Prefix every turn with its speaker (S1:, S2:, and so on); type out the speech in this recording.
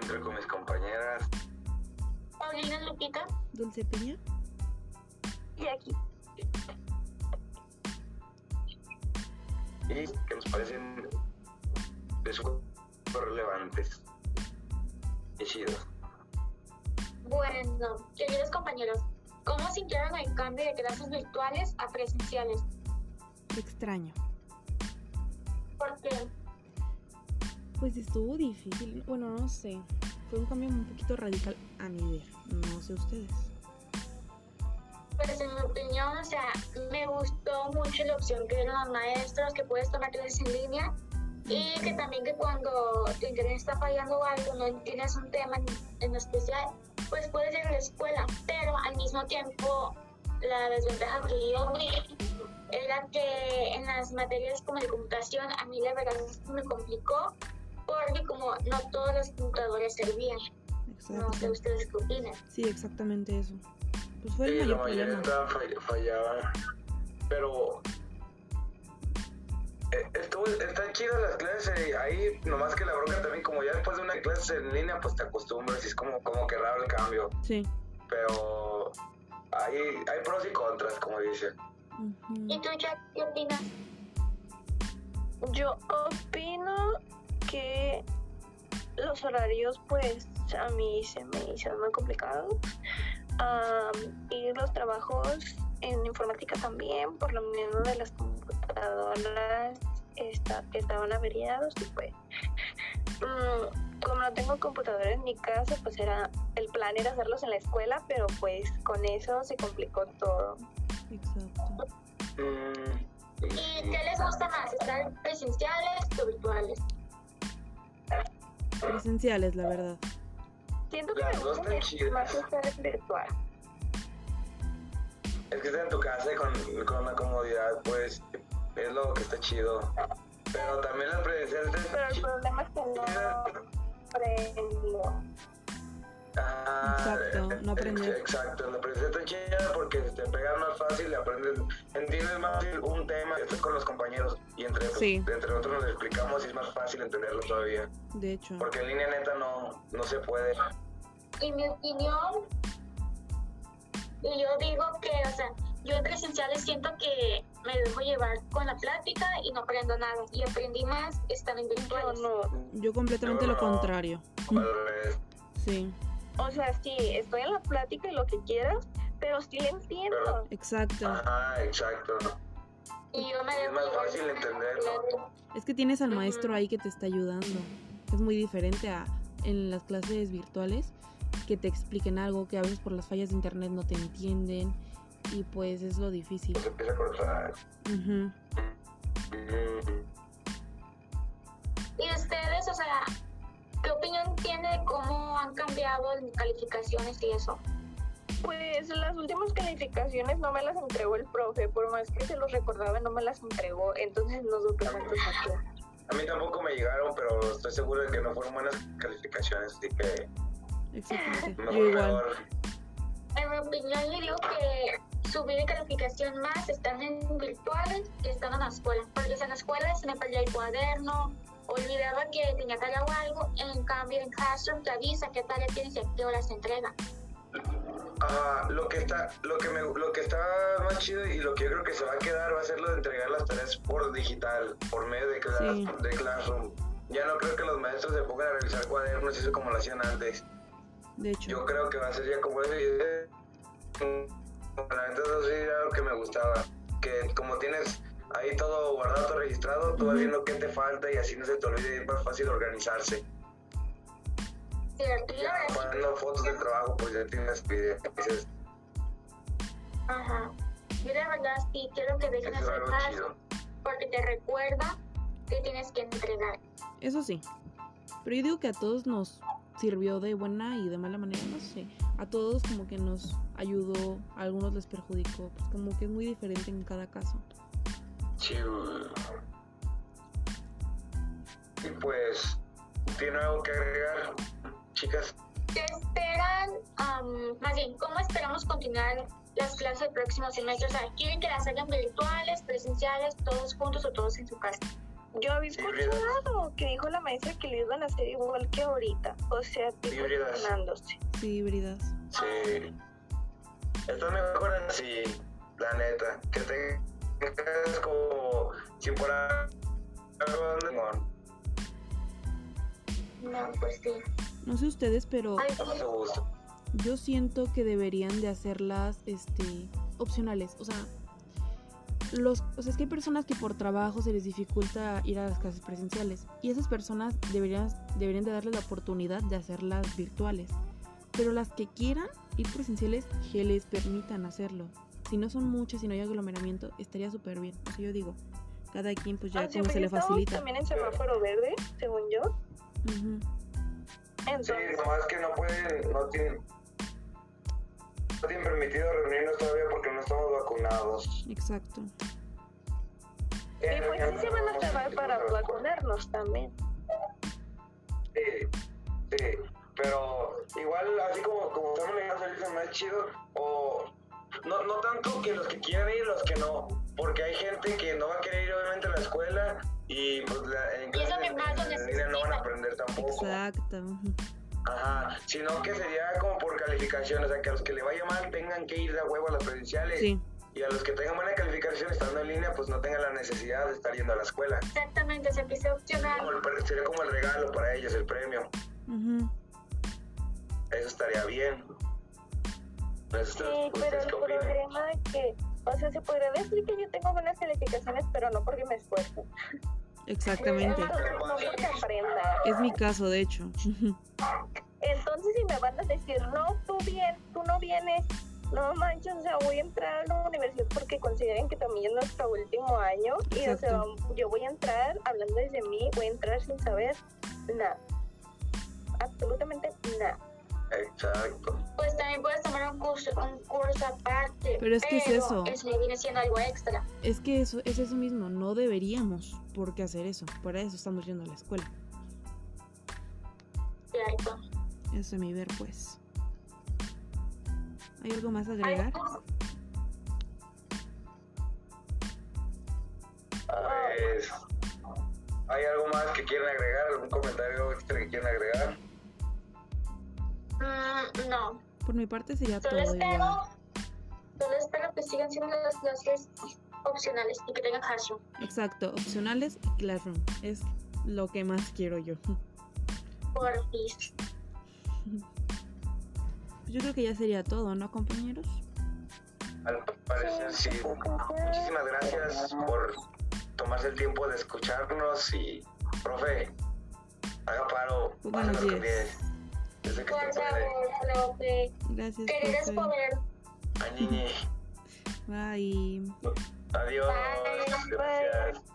S1: estoy con mis compañeras
S2: Paulina Luquita
S3: Dulce Piña.
S2: y aquí.
S1: y que nos parecen de súper relevantes y chidos.
S2: Bueno, queridos compañeros, ¿cómo sintieron el cambio de clases virtuales a presenciales?
S3: Extraño.
S2: ¿Por qué?
S3: Pues estuvo difícil. Bueno, no sé. Fue un cambio un poquito radical a mi ver. No sé ustedes.
S2: Pues en mi opinión, o sea, me gustó mucho la opción que dieron los maestros, que puedes tomar clases en línea y que también que cuando tu internet está fallando o algo, no tienes un tema en, en especial, pues puedes ir a la escuela, pero al mismo tiempo la desventaja que yo vi era que en las materias como de computación a mí la verdad es que me complicó porque como no todos los computadores servían, no pues- sé
S3: Exacto.
S2: ustedes qué opinan.
S3: Sí, exactamente eso. Pues fue
S1: Sí,
S3: el
S1: la
S3: mayor
S1: mayoría
S3: problema.
S1: estaba fall- fallaba, pero eh, estuvo, están chidas las clases eh, ahí, nomás que la bronca también, como ya después de una clase en línea, pues te acostumbras y es como, como que raro el cambio,
S3: Sí.
S1: pero hay, hay pros y contras, como dicen.
S3: Ujú.
S2: ¿Y tú, Jack, qué opinas?
S4: Yo opino que los horarios, pues, a mí se me hicieron muy complicados. Am, y los trabajos en informática también, por lo menos de las computadoras esta- que estaban averiados. Y pues, mm, como no tengo computadora en mi casa, pues era el plan era hacerlos en la escuela, pero pues con eso se complicó todo.
S3: Exacto.
S1: Mm,
S2: ¿Y qué les gusta más? ¿Estar presenciales o virtuales?
S3: Presenciales, la verdad.
S4: Siento que
S1: Las
S4: me
S1: dos
S4: gusta
S1: están chidas.
S4: más estar virtual.
S1: Es que estar en tu casa y con, con la comodidad, pues es lo que está chido. Pero también las presenciales
S4: Pero
S1: están
S4: el
S1: chidas.
S4: problema es que no aprendió.
S1: Ah,
S3: Exacto, no
S1: eh,
S3: aprendes.
S1: ex- Exacto, la presencia está chida porque se te pega más fácil y aprendes, entiendes más fácil un tema, estás con los compañeros y entre,
S3: Sí.
S1: entre nosotros nos explicamos y es más fácil entenderlo todavía.
S3: De hecho.
S1: Porque en línea neta no, no se puede.
S2: En mi opinión, y yo digo que, o sea, yo en presenciales siento que me dejo llevar con la plática y no aprendo nada. Y aprendí más estando en
S4: Yo
S2: virtuales.
S4: no.
S3: Yo completamente lo
S1: No.
S3: contrario.
S1: Al revés.
S3: Sí.
S4: O sea, sí, estoy en la plática y lo que quieras, pero sí le entiendo.
S3: Exacto.
S1: Ajá, exacto.
S2: Y yo me
S1: Es
S2: dejo
S1: más
S2: llevar
S1: fácil
S2: con la
S1: entenderlo.
S2: plática.
S3: Es que tienes al
S2: Ujú.
S3: maestro ahí que te está ayudando. Es muy diferente a en las clases virtuales que te expliquen algo que a veces por las fallas de internet no te entienden y pues es lo difícil.
S1: Se empieza a cortar.
S3: Ujú.
S1: Mm.
S2: Y ustedes, o sea, ¿qué opinión tiene de cómo han cambiado las calificaciones y eso?
S4: Pues las últimas calificaciones no me las entregó el profe, por más que se los recordaba, no me las entregó, entonces no supe cuánto saqué.
S1: A mí tampoco me llegaron, pero estoy seguro de que no fueron buenas calificaciones, así que
S3: Exactamente. Yo
S1: mejor,
S3: igual.
S1: mejor.
S2: En mi opinión, yo digo que subir de calificación más están en virtuales que están en la escuela. Porque en la escuela se me perdía el cuaderno, olvidaba que tenía tarea o algo. En cambio, en Classroom te avisa qué tarea tienes y a qué horas se entrega.
S1: Ah, lo que está, lo que me, lo que está más chido y lo que yo creo que se va a quedar va a ser lo de entregar las tareas por digital, por medio de, class,
S3: Sí.
S1: de Classroom. Ya no creo que los maestros se pongan a revisar cuadernos y eso como lo hacían antes.
S3: De hecho.
S1: Yo creo que va a ser ya como eso y eh, bueno, entonces sí era lo que me gustaba, que como tienes ahí todo guardado, todo registrado, tú vas
S3: Ujú.
S1: viendo qué te falta y así no se te olvide y es más fácil organizarse.
S2: ¿Cierto? Y
S1: Ya
S2: ahora sí.
S1: poniendo fotos del trabajo, pues ya tienes ideas. Dices,
S2: Ajá. Yo la verdad sí quiero que dejen
S1: Eso es
S2: hacer
S1: algo
S2: caso
S1: chido.
S2: porque te recuerda que tienes que entregar.
S3: Eso sí. Pero yo digo que a todos nos sirvió de buena y de mala manera, no sé. A todos como que nos ayudó, a algunos les perjudicó, pues como que es muy diferente en cada caso.
S1: Chiu. Y pues, ¿tiene algo que agregar, chicas?
S2: ¿Qué esperan? am, más bien, ¿cómo esperamos continuar las clases del próximo semestre? O sea, ¿quieren que las hagan virtuales, presenciales, todos juntos o todos en su casa?
S4: Yo había escuchado que dijo la maestra que lo iban a hacer igual que ahorita, o sea, tipo
S1: Híbridas.
S4: turnándose.
S3: Sí, híbridas.
S1: Sí. Está mejor así, la neta. Que tengas como si fuera algo de limón.
S2: No, pues sí.
S3: No sé ustedes, pero
S2: Ay,
S1: Está más a
S2: sí.
S1: gusto.
S3: yo siento que deberían de hacerlas este, opcionales. O sea, los, o sea, es que hay personas que por trabajo se les dificulta ir a las clases presenciales. Y esas personas deberían, deberían de darles la oportunidad de hacerlas virtuales. Pero las que quieran ir presenciales, que les permitan hacerlo. Si no son muchas, si no hay aglomeramiento, estaría súper bien. O sea, yo digo, cada quien pues ya
S4: Ah, sí,
S3: como
S4: pues
S3: se le
S4: estamos
S3: facilita.
S4: También en semáforo verde, según yo.
S3: Ujú.
S1: Sí,
S4: Entonces,
S1: nomás que no pueden, no tienen, no tienen permitido reunirnos todavía porque no estamos vacunados.
S3: Exacto.
S4: y pues sí se van a trabajar para vacunarnos también.
S1: Sí, sí, pero igual así como, como está manejando ahorita más chido, o no, no tanto que los que quieran ir y los que no, porque hay gente que no va a querer ir obviamente a la escuela y pues la, en
S2: Y es lo
S1: clases
S2: que más lo
S1: en línea no van a aprender tampoco.
S3: Exacto. ujú.
S1: Ajá, sino que sería como por calificación, o sea, que a los que le vaya mal tengan que ir de a huevo a las presenciales
S3: Sí.
S1: y a los que tengan buena calificación estando en línea pues no tengan la necesidad de estar yendo a la escuela.
S2: Exactamente, o sea, que sea
S1: Como
S2: opcional.
S1: el pre- sería como el regalo para ellos, el premio.
S3: Ujú.
S1: Eso estaría bien. Pues,
S4: Sí,
S1: ustedes-
S4: pero
S1: ustedes
S4: el
S1: qué opinan.
S4: problema es que, o sea, se podría decir que yo tengo buenas calificaciones, pero no porque me esfuerzo.
S3: Exactamente.
S4: Entonces, no porque aprenda.
S3: Es mi caso, de hecho.
S4: Entonces, si me van a decir, no, tú bien, tú no vienes, no manches, o sea, voy a entrar a la universidad porque consideren que también es nuestro último año y, o sea,
S3: Exacto.
S4: yo voy a entrar, hablando desde mí, voy a entrar sin saber nada. Absolutamente nada.
S1: Exacto.
S2: Pues también puedes tomar un curso, un curso aparte.
S3: Pero es que es
S2: pero
S3: eso.
S2: Eso ya viene siendo algo extra.
S3: Es que eso es eso mismo, no deberíamos por qué hacer eso. Para eso estamos yendo a la escuela.
S2: Cierto.
S3: Eso es mi ver, pues. ¿Hay algo más a agregar?
S4: Oh.
S1: Pues, ¿Hay algo más que quieran agregar? ¿Algún comentario extra que quieran agregar?
S2: Mm, no.
S3: Por mi parte sería todo.
S2: Solo
S3: igual.
S2: espero, solo espero que sigan siendo las clases opcionales y que tengan classroom.
S3: Exacto, opcionales y classroom. Es lo que más quiero yo.
S2: Por mis-
S3: Yo creo que ya sería todo, ¿no, compañeros?
S1: Al parecer, sí. Muchísimas gracias por tomarse el tiempo de escucharnos y, profe, haga paro.
S3: Pónganos
S1: Pásenos con
S3: 10.
S1: 10. Yo sé que
S2: Por
S1: se puede.
S2: favor, profe.
S3: Gracias.
S2: Querer es
S3: profe.
S2: poder.
S1: Añiñe.
S3: Bye.
S1: Adiós.
S2: Bye.
S1: Gracias.